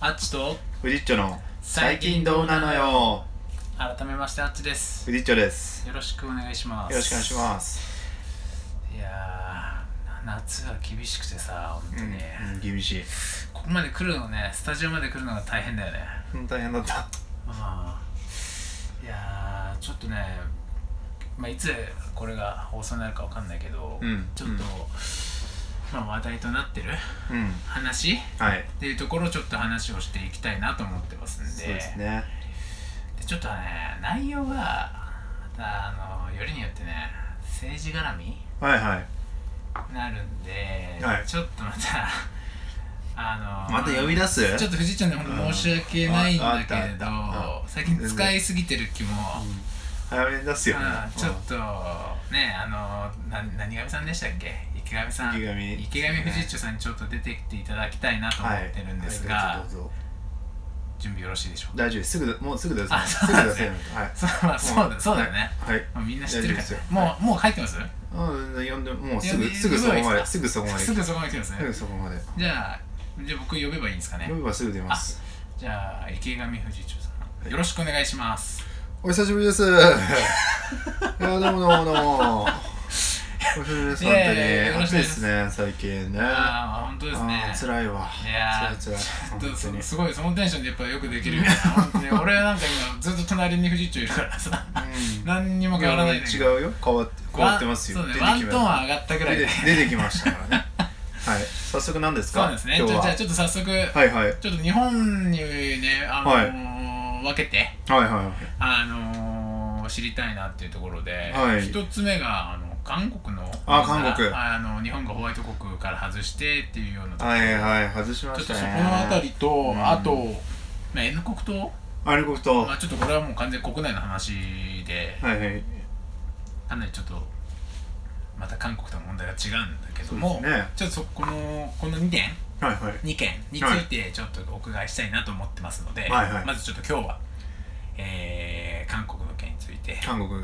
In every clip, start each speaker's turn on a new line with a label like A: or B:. A: ッチと
B: フジッチョの最近どうなのよ
A: 改めましてアッチです
B: フジッチョです
A: よろしくお願いします
B: よろしくお願いします
A: いやー夏が厳しくてさ本
B: う
A: 当に、
B: ん、うん、厳しい
A: ここまで来るのねスタジオまで来るのが大変だよね
B: うん大変だった
A: まあいやーちょっとねまあいつこれが放送になるかわかんないけど、
B: うん
A: ちょっと、
B: うん
A: まあ話題となってる
B: うん
A: 話っ
B: はい
A: ていうところをちょっと話をしていきたいなと思ってますんで
B: そうですね
A: でちょっとね内容があのよりによってね政治絡みに
B: はいはい
A: なるんで、
B: はい
A: ちょっとまた あの
B: また呼び出す
A: ちょっと藤井ちゃんに本当申し訳ないんだけれど
B: うんああああ
A: 最近使いすぎてる気も、
B: 早めに出すよね
A: うんちょっとねあのな何神さんでしたっけ池上さん
B: 池上
A: 池上藤井ちさんにちょっと出てきていただきたいなと思ってるんですが、
B: はいはいどうぞどうぞ
A: 準備よろしいでしょうか
B: 大丈夫ですすぐもうすぐ出せ
A: あ
B: す
A: そう
B: ぐ
A: なん
B: 出
A: です
B: せ
A: ね
B: るはい
A: そうまあそうだそうだよね、
B: はい
A: まあみんな知ってるか
B: 大丈夫ですよ
A: らもうもう入ってます
B: うん呼んでもうす
A: 呼ん
B: ぐ
A: です
B: ぐそこ
A: 呼
B: ま
A: べばいい
B: で
A: です
B: すぐそこまですす
A: ぐそこまで来てます
B: ぐ
A: ね
B: そこまで
A: じゃあじゃあ僕呼べばいいんですかね
B: 呼べばすぐ出ます
A: じゃあ池上藤井町さんよろしくお願いします
B: お久しぶりです いやどうもどうもどうもお久しぶりです
A: い
B: 本
A: や
B: 当
A: いやいや
B: に暑いですね最近ね
A: ああ本当です
B: あ
A: ね
B: ー辛いわ
A: いやー
B: 辛い辛い
A: ちょっとそ
B: 本当に
A: すごいそのテンションでやっぱよくできるよね 本当に俺はなんか今ずっと隣に藤井町いるからさ
B: うん
A: 何にも変わらないんだけ
B: 違
A: ど
B: うよ変わって変わってますよ
A: ワンそうね
B: 出てき
A: ワン
B: ま
A: トーンは上がったぐらいで
B: 出て出てきましたからね はい早速何です
A: そう
B: か
A: なんですねじ
B: 今
A: ゃ
B: 日
A: あ
B: は
A: じゃあちょっと早速
B: はいはいはい
A: ちょっと日本にねあのー分けて
B: は
A: あのー知りたいなっていうところで、
B: はい
A: 一つ目があの韓国の
B: あ韓国
A: あの日本がホワイト国から外してっていうようなところ
B: いはいはい外しま
A: ちょっ
B: し
A: と
B: た
A: そ
B: ね
A: この辺りと、
B: ん
A: あと、まあ、N 国と、
B: アルコフと
A: まあ、ちょっとこれはもう完全に国内の話で
B: はいはい
A: かなりちょっとまた韓国との問題が違うんだけど
B: そ
A: も、
B: うですね
A: ちょっとそこのこの2点
B: はいはい
A: 2件についてちょっとお伺いしたいなと思ってますので、
B: はいはい
A: まずちょっと今日は、えー韓国の件について
B: 韓国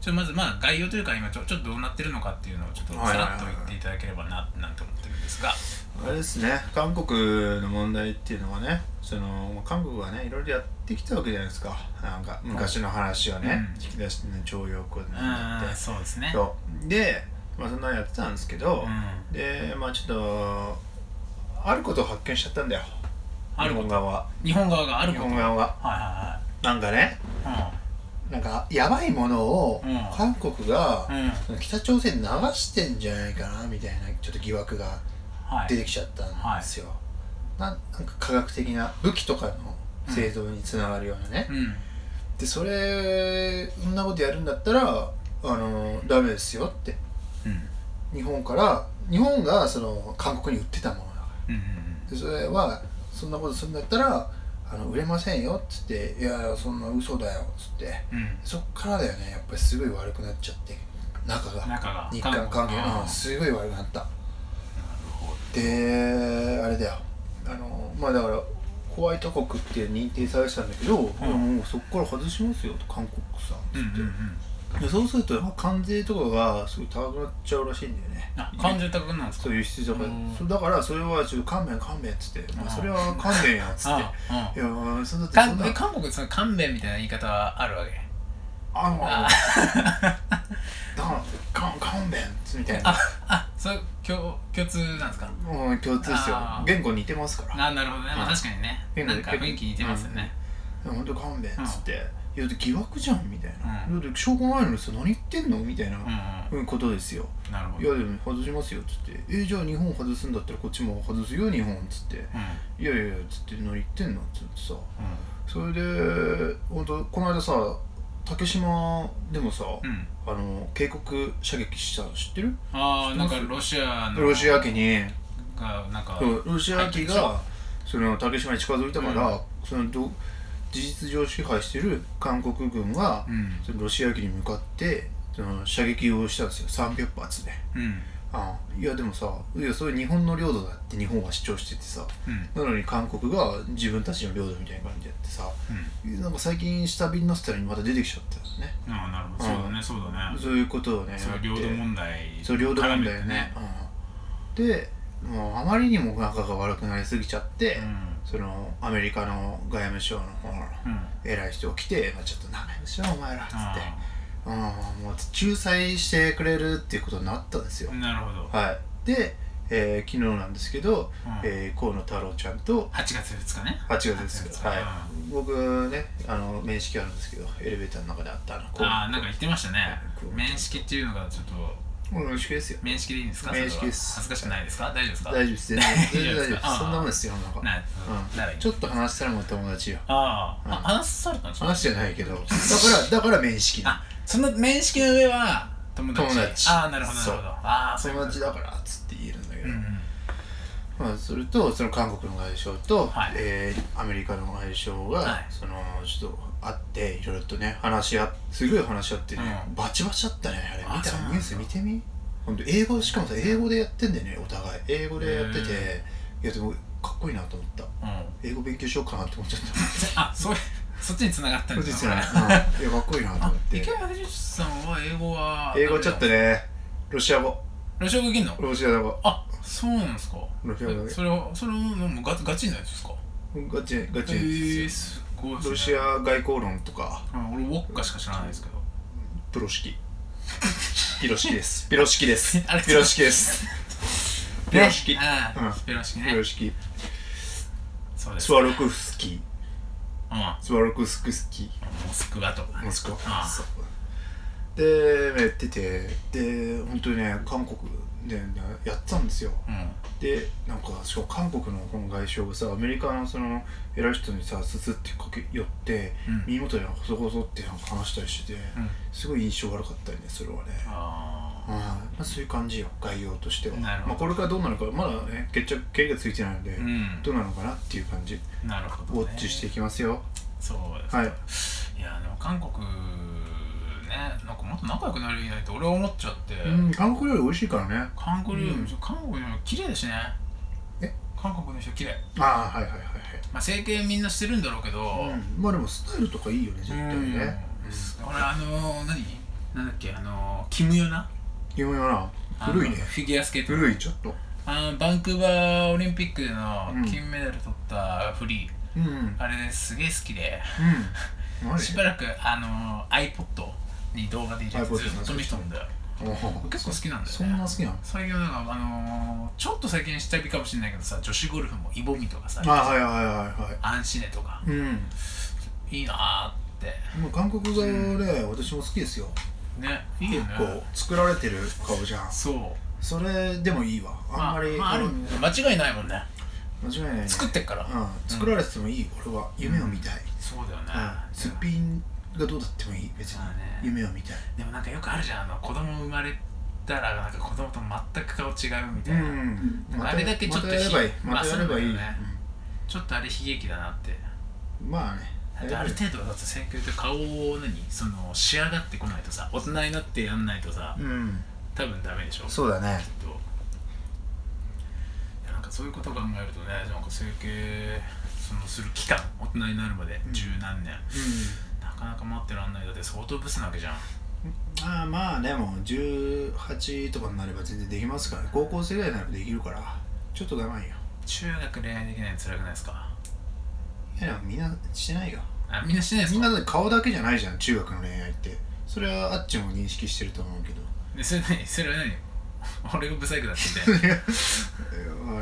A: ちょっとまずまあ概要というか今ちょちょっとどうなってるのかっていうのをちょっと
B: はい
A: さ
B: はいはい
A: らっと言っていただければななんて思ってるんですが
B: あれですね韓国の問題っていうのはねその韓国はねいろいろやってきたわけじゃないですかなんか昔の話をね、
A: うん
B: 引き出して、ね、徴用工で
A: う
B: なんだ
A: ーん
B: って
A: そうですね
B: そうで、まあ、そんなのやってたんですけど
A: う、ん
B: でまあちょっとあることを発見しちゃったんだよ
A: ある
B: 日
A: こ
B: 本
A: と
B: 側は
A: 日本側がある
B: 日
A: こと
B: 本側は
A: は
B: なんかね
A: いはいは
B: なんかやばいものを
A: うん
B: 韓国が
A: いうんうん
B: 北朝鮮に流してんじゃないかなみたいなちょっと疑惑が
A: は
B: 出
A: い
B: てきちゃったんですよ、なんなんか科学的な武器とかの製造につながるようなね、
A: うん
B: でそれそんなことやるんだったらあのダメですよって
A: うん
B: 日本から日本がその韓国に売ってたものだか
A: うん
B: らでそれはそんなことするんだったらあの売れませんよっつって「いやそんな嘘だよ」っつって
A: うんうん
B: そっからだよねやっぱりすごい悪くなっちゃって仲が
A: 中が
B: 日韓関係
A: あ
B: うんすごい悪くなった
A: ほ
B: であれだよあのまあだからホワイト国って認定されてたんだけど、でももうそこから外しますよと韓国さ
A: うんうんうん
B: でそうすると関税とかがすごい高くなっちゃうらしいんだよね
A: あ感情高くなるんです
B: そ
A: か
B: う輸出とか、
A: うん
B: そうだからそれはちょっと勘弁勘弁っつって、まあ、
A: あ
B: それは勘弁やっつって
A: ああうん
B: いやーそんだってそ
A: 韓
B: んな
A: え韓国その勘弁みたいな言い方はあるわけ
B: あの
A: あ
B: 勘勘弁っつみたいな
A: ああそれ共共通なんですか
B: もう共通ですよ
A: あー
B: 言語似てますから
A: あなるほどね、まあ、
B: うん
A: 確かにね
B: 変な
A: なんか雰囲気似てますよね、
B: いや本当勘弁っつって、いやだって疑惑じゃんみたいな、
A: う
B: だって証拠ないのにさ何言ってんのみたいな
A: うん、うん
B: うんことですよ
A: なるほ
B: い
A: ど
B: やでも外しますよっつって「えじゃあ日本外すんだったらこっちも外すよ日本」っつって
A: うん
B: 「いやいやいや」っつって何言ってんのっつってさ
A: うん
B: それで本当この間さ竹島でもさ、
A: うん、
B: あの警告射撃したの知ってる
A: ああなんかロシアの
B: ロシア機に
A: がなんか
B: そうロシア機がその竹島に近づいたから、
A: う
B: そのど事実上支配してる韓国軍が
A: うん
B: そのロシア機に向かってその射撃をしたんですよ300発で。
A: うん
B: あいやでもさいやそれ日本の領土だって日本は主張しててさ
A: うん
B: なのに韓国が自分たちの領土みたいな感じでやってさ
A: うん
B: なんか最近下火になってたのにまた出てきちゃったよね
A: ああなるほどそうだねそうだね
B: そういうことをね
A: そう
B: やって
A: 領土問題
B: そう領土
A: 絡
B: 問題
A: め
B: ね
A: てね
B: うん、でもうあまりにも仲が悪くなりすぎちゃって、
A: うん
B: そのアメリカの外務省のほら
A: うん
B: 偉い人が来て、まあ、ちょっと仲良くしようお前らっつって、うん、もう仲裁してくれるっていうことになったんですよ、
A: うんなるほど、
B: はいで、えー昨日なんですけど、
A: うん
B: えー河野太郎ちゃんと
A: 8月2日ね
B: 8月ですけど、
A: 8
B: はい
A: うん
B: 僕ねあの面識あるんですけどエレベーターの中で会ったあの子
A: ああなんか言ってましたね
B: こう
A: 面識っていうのがちょっと
B: うん面識ですよ
A: 面識でいいんですか
B: 面識で
A: それは
B: す
A: 恥ずかしくないですか 大丈夫ですか
B: 大丈夫です全然全然大丈夫ですそんなもんですよなんか、
A: な誰
B: うん、
A: に
B: ちょっと話したらもう友達よ
A: ああ、
B: うん
A: あ話されたんですか
B: 話してないけどだからだから面識
A: あその面識の上は友達
B: 友達
A: ああなるほどなる
B: そう
A: ほどああそういうこ
B: 友
A: と
B: 達だからっつって言えるんだけ
A: う
B: ど、
A: んうん
B: まあ、それとその韓国の外相と、
A: はい
B: えーアメリカの外相が、
A: はい
B: そのちょっと会っていろいろとね話し合っすごい話し合ってね、
A: うん
B: バチバチだったねあれ
A: あ
B: 見た
A: そうなんだ
B: ニュース見てみほんと英語しかもさ英語でやってんだよねお互い英語でやってて
A: へ
B: いやでもかっこいいなと思った
A: うん
B: 英語勉強しようかなって思っちゃった
A: あそう そっちに繋がったん
B: そう
A: で
B: ですすよ
A: ね
B: ね、うん、いやかっこいいなと
A: あ
B: 思って
A: 池谷藤さんは英語は
B: 英語ちょっとねロシア語
A: ロシア語できんの
B: ロシア語
A: あそうなんですか
B: ロシア語
A: えそれはそれはもうガガチなやつですか
B: ガチガチ
A: えー、
B: です
A: すごいです、ね、
B: ロシア外交論とか
A: うん俺ウォッカしか知らないですけど
B: プロ式ピロ式ですピロ式で す
A: あれ
B: ピロ 式ですピロ式
A: ねああ
B: うん
A: ピロシキ
B: ピ
A: ね
B: ロ式
A: そうです
B: スワロクフスキー
A: うんモ
B: スワロクスクスキ
A: スクワとか
B: ーモスクワ
A: ああ
B: そうでやっててで本当にね韓国でねやってたんですよ
A: うん
B: でなんかしかも韓国のこの外相がさアメリカのその偉い人にさすすってかけ寄って
A: うん
B: 耳元でなんか細々ってなんか話したりしてて
A: うん
B: すごい印象悪かったよねそれはね
A: あ
B: うんまあ、そういう感じよ概要としては
A: なるほど
B: まあ、これからどうなるかまだね決着蹴りがついてないので、
A: あうん
B: どうなのかなっていう感じ
A: なるほ
B: ウ
A: ど、
B: ォ
A: ね、
B: ッチしていきますよ
A: そうです
B: はい
A: いやでも韓国ねなんかもっと仲良くなりたいって俺は思っちゃって、
B: うん韓国料理美味しいからね
A: 韓国料理も、
B: うん
A: 韓国料理も綺麗だしね
B: え
A: 韓国の人綺麗
B: ああはいはいはい
A: まあ整形みんなしてるんだろうけど、
B: はい、うん、まあでもスタイルとかいいよね絶対ね
A: うん俺あのー、何なんだっけあのー、キムヨナ
B: 有名な
A: あの
B: 古いね
A: フィギュアスケート
B: 古いちょっと
A: あのバンクーバーオリンピックでの
B: うん
A: 金メダル取ったフリー、
B: うん うん
A: あれすげえ好きで
B: マジ
A: しばらくあのー、iPod に動画で入れて
B: iPod
A: ずっと見てたんだよ
B: おお
A: 結構好きなんだよね
B: そんな好きなの
A: 最近なんかあのー、ちょっと最近下火かもしれないけどさ女子ゴルフもイボミとかさ
B: あはいはいはいは
A: アンシネとか
B: いうん
A: いいなーって
B: もう韓国語で私も好きですよ
A: ねいい
B: 結
A: よね
B: 構作られてる顔じゃん
A: そう
B: それでもいいわあんまり、
A: まあ、ある
B: うん
A: 間違いないもんね
B: 間違いないね
A: 作ってっから、
B: うん、作られててもいい、俺は夢を見たい、
A: そうだよね、
B: うん、すっぴ
A: で
B: んがどうだってもいい別に
A: まあね
B: 夢を見たい
A: もなんかよくあるじゃんあの子供生まれたらなんか子供と全く顔違うみたいな、
B: ん
A: またあれだけちょっと
B: またやればいい
A: ひ
B: またやればいい、
A: まあそうだよねちょっとあれ悲劇だなって
B: うんまあね
A: だってある程度だって整形って顔を何その仕上がってこないとさ大人になってやんないとさ
B: うん
A: 多分ダメでしょ
B: そうだね
A: きっといやなんかそういうことを考えるとねなんか整形そのする期間大人になるまで
B: うん
A: 十何年、
B: う
A: なかなか待ってらんないだって相当ブスなわけじゃん
B: んまあまあねもう18とかになれば全然できますから高校生ぐらいになればできるからちょっと我慢よ
A: 中学恋愛できないの辛くないですか
B: いやでもみんなしてないよ
A: あみんなしてないです
B: みん
A: か
B: なだって顔だけじゃないじゃん中学の恋愛ってそれはあっちも認識してると思うけど
A: でそれ何 それは何俺がブサイクだってみたい
B: いや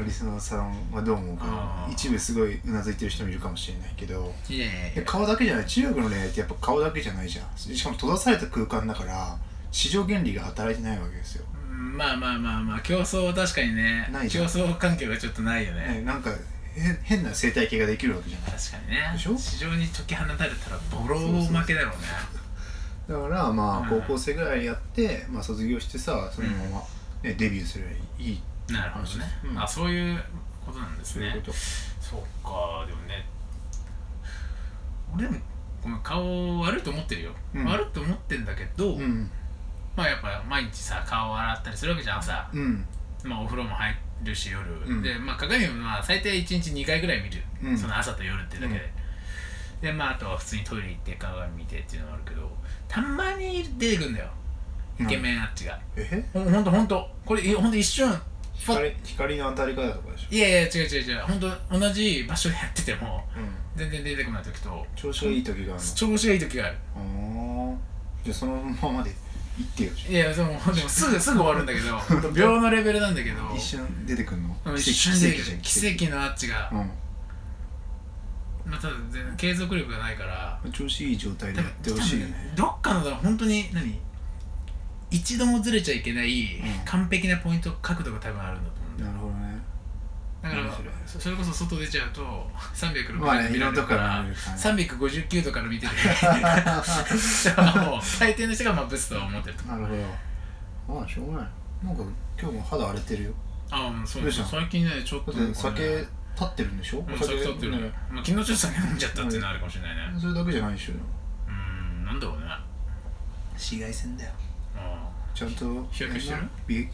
B: リスナーさんはどう思うか
A: あー
B: 一部すごいうなずいてる人もいるかもしれないけど
A: ないやいやい
B: いや顔だけじゃない中学の恋愛ってやっぱ顔だけじゃないじゃんしかも閉ざされた空間だから市場原理が働いてないわけですよ、
A: まあまあまあまあ競争は確かにね
B: ないじ
A: 競
B: ゃん
A: 争関係がちょっとないよね
B: ね、なんかへ変な生態系ができるわけじゃない
A: 確かにね
B: でしょ
A: 市場に解き放たれたらボロ負けだろうね
B: だからまあ
A: う
B: 高
A: ん
B: 校生ぐらいやって、まあ、卒業してさそのまま、ね、デビューすればいい
A: なるほどね、
B: うん
A: あそういうことなんです
B: という
A: ね
B: こと、
A: そうかでもね俺でもごめん顔悪いと思ってるよ、
B: うん
A: 悪いと思ってんだけど、
B: うん
A: まあやっぱ毎日さ顔洗ったりするわけじゃんさ、
B: うん
A: まあ、お風呂も入るし夜、
B: うん
A: で、まあ、鏡もまあ最低1日2回ぐらい見る、
B: うん
A: その朝と夜ってだけで、でまああとは普通にトイレ行って鏡見てっていうのはあるけどたまに出てくんだよイケメンあっちが、
B: え
A: ほん、ほんとほんとこれいほんと一瞬
B: 光光の当たり方とかでしょ、
A: いやいや違う違う違う本当同じ場所でやってても
B: うん、
A: 全然出てこない時と
B: 調子がいい時がある
A: 調子がいい時がある
B: のあーじゃあそのままで行ってよ
A: いやでもでもすぐすぐ終わるんだ けど本当秒のレベルなんだけど
B: 一瞬出てくんの
A: うん
B: 奇
A: 一
B: 跡
A: 瞬で
B: 奇跡じゃん
A: 奇跡のアーチが、
B: う
A: まあ、ただ全然継続力がないから
B: ん調子いい状態でやっ
A: 多
B: てほ
A: 分
B: しいよ
A: 多分
B: ね
A: どっかのだから本当に何一度もずれちゃいけない、
B: うん
A: 完璧なポイント角度が多分あるんだと思うんだよ
B: なるほどね
A: だから
B: 面白い
A: そそれこそ外出ちゃうと360度
B: まあね
A: 見られるか
B: いろ
A: ら
B: んなとこから
A: 359度から見て る だからもう大抵の人がまあブスとは思ってると
B: なるほどああしょうがないなんか今日も肌荒れてるよ
A: ああもうそう
B: どう
A: で
B: し
A: す
B: た
A: ね最近ねちょっと
B: だっ
A: なんか
B: て
A: ね
B: 酒立ってるんでしょ
A: うん酒取ってるね
B: ね
A: まあ、昨日ちょっと酒飲んじゃったっていうのはあるかもしれないね
B: それだけじゃないでしょ
A: うんなんだろうね
B: 紫外線だよ
A: あ
B: ちゃんと
A: 日焼けしてる
B: 美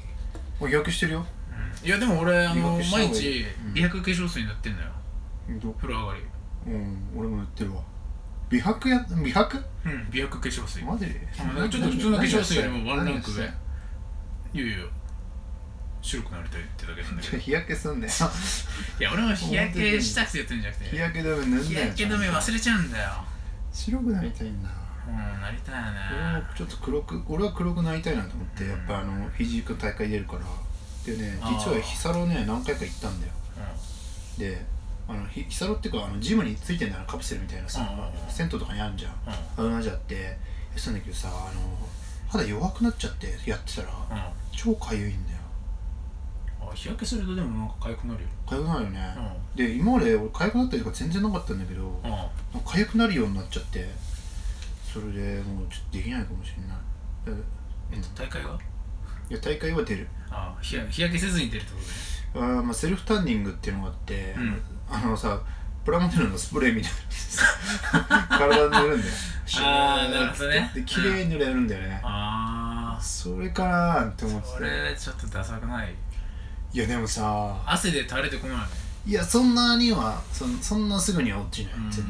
B: あ日焼けしてるよ
A: あいやでも俺あの
B: 美白した方
A: 毎
B: がいい
A: 日
B: うん
A: 美白化粧水塗ってんのよ
B: うんと
A: 風呂上がり
B: うん俺もやってるわ美白や美白
A: うん美白化粧水
B: マジで
A: あなんかちょっと普通の化粧水よりもワンランク上いやいや白くなりたいってだけなんだけ ど
B: 日焼けすんだよ
A: いや俺も日焼けしたくてやってるんじゃなくて
B: 日焼け止め塗んなよ
A: 日焼け止め忘れちゃうんだよ
B: 白くなりたいんだ
A: うんなりたいよ
B: 俺
A: ね
B: もちょっと黒く俺は黒くなりたいなと思って
A: うん
B: やっぱあのフィジーク大会出るからでね
A: あー
B: 実はヒサロね何回か行ったんだよであのヒヒサロっていうかあのジムについてんだよカプセルみたいなさ
A: うん
B: 銭湯とかにあるじゃん
A: うんうん
B: あのじゃあってやってたんだけどさあの肌弱くなっちゃってやってたら
A: う
B: 超かゆいんだよ
A: んあ日焼けするとでもなんか痒くなるよ
B: かゆくなるよね
A: うんう
B: で今まで俺かゆくなったりとか全然なかったんだけど
A: ん
B: なんか痒くなるようになっちゃってそれでもうちょっとできないかもしれないえうん
A: 大会が
B: いや大会は出る
A: あ日焼日焼けせずに出るってこ
B: あー、まあ、セルフタンニングっていうのがあって、
A: うん
B: あのさプラモデルのスプレーみたい な体に塗るんだよ
A: あーなるほどね
B: で綺麗に塗れるんだよね
A: と、ああ
B: それかなーって思って
A: それちょっとダサくない
B: ていやでもさ
A: 汗で垂れてこない
B: いやそんなにはそんそんなすぐには落ちない
A: うん
B: 全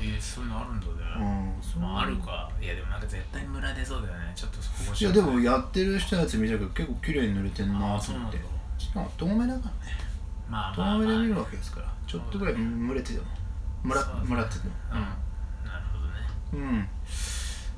A: えー、そういうのあるんだ
B: 然う
A: ね、
B: んそれ
A: まあ、あるかいやでもなんか絶対ムラ出そうだよねちょっとそこ欲
B: いやでもやってる人のやつ見たけど結構綺麗に塗れてんな
A: あー
B: ーと
A: そう
B: 思
A: な
B: っ
A: んだ
B: てしかも透明だからね
A: まあ
B: 透
A: まあ、ま
B: 明
A: あ、
B: で
A: う
B: 見
A: ん
B: るわけですからちょっとぐらい蒸れててもむら
A: そうだね
B: むらってても
A: なるほどね
B: うん、うん、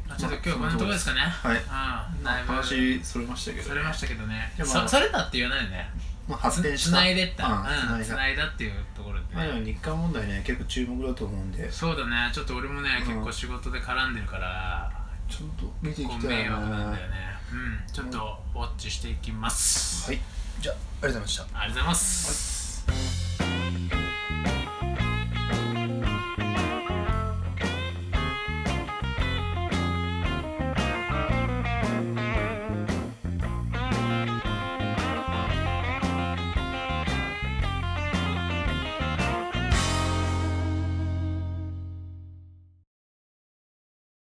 A: まあちょっと今日はこんなとこですかね
B: はい
A: ああだいぶ
B: 話それましたけど
A: されましたけどね
B: でも
A: さされたって言わないよね
B: まあ、発展した
A: つないでった
B: うん
A: うん
B: つ
A: つ
B: ないだ
A: ないだっていうところで
B: まあでも
A: ね
B: 日韓問題ね結構注目だと思うんでち
A: そうだねちょっと俺もね
B: うん
A: 結構仕事で絡んでるから
B: ょっと見てい
A: 結構
B: きたい
A: 迷
B: な
A: 惑なんだよ
B: は
A: ねうんちょっとウォッチしていきます
B: いじゃあありがとうございました
A: ありがとうございます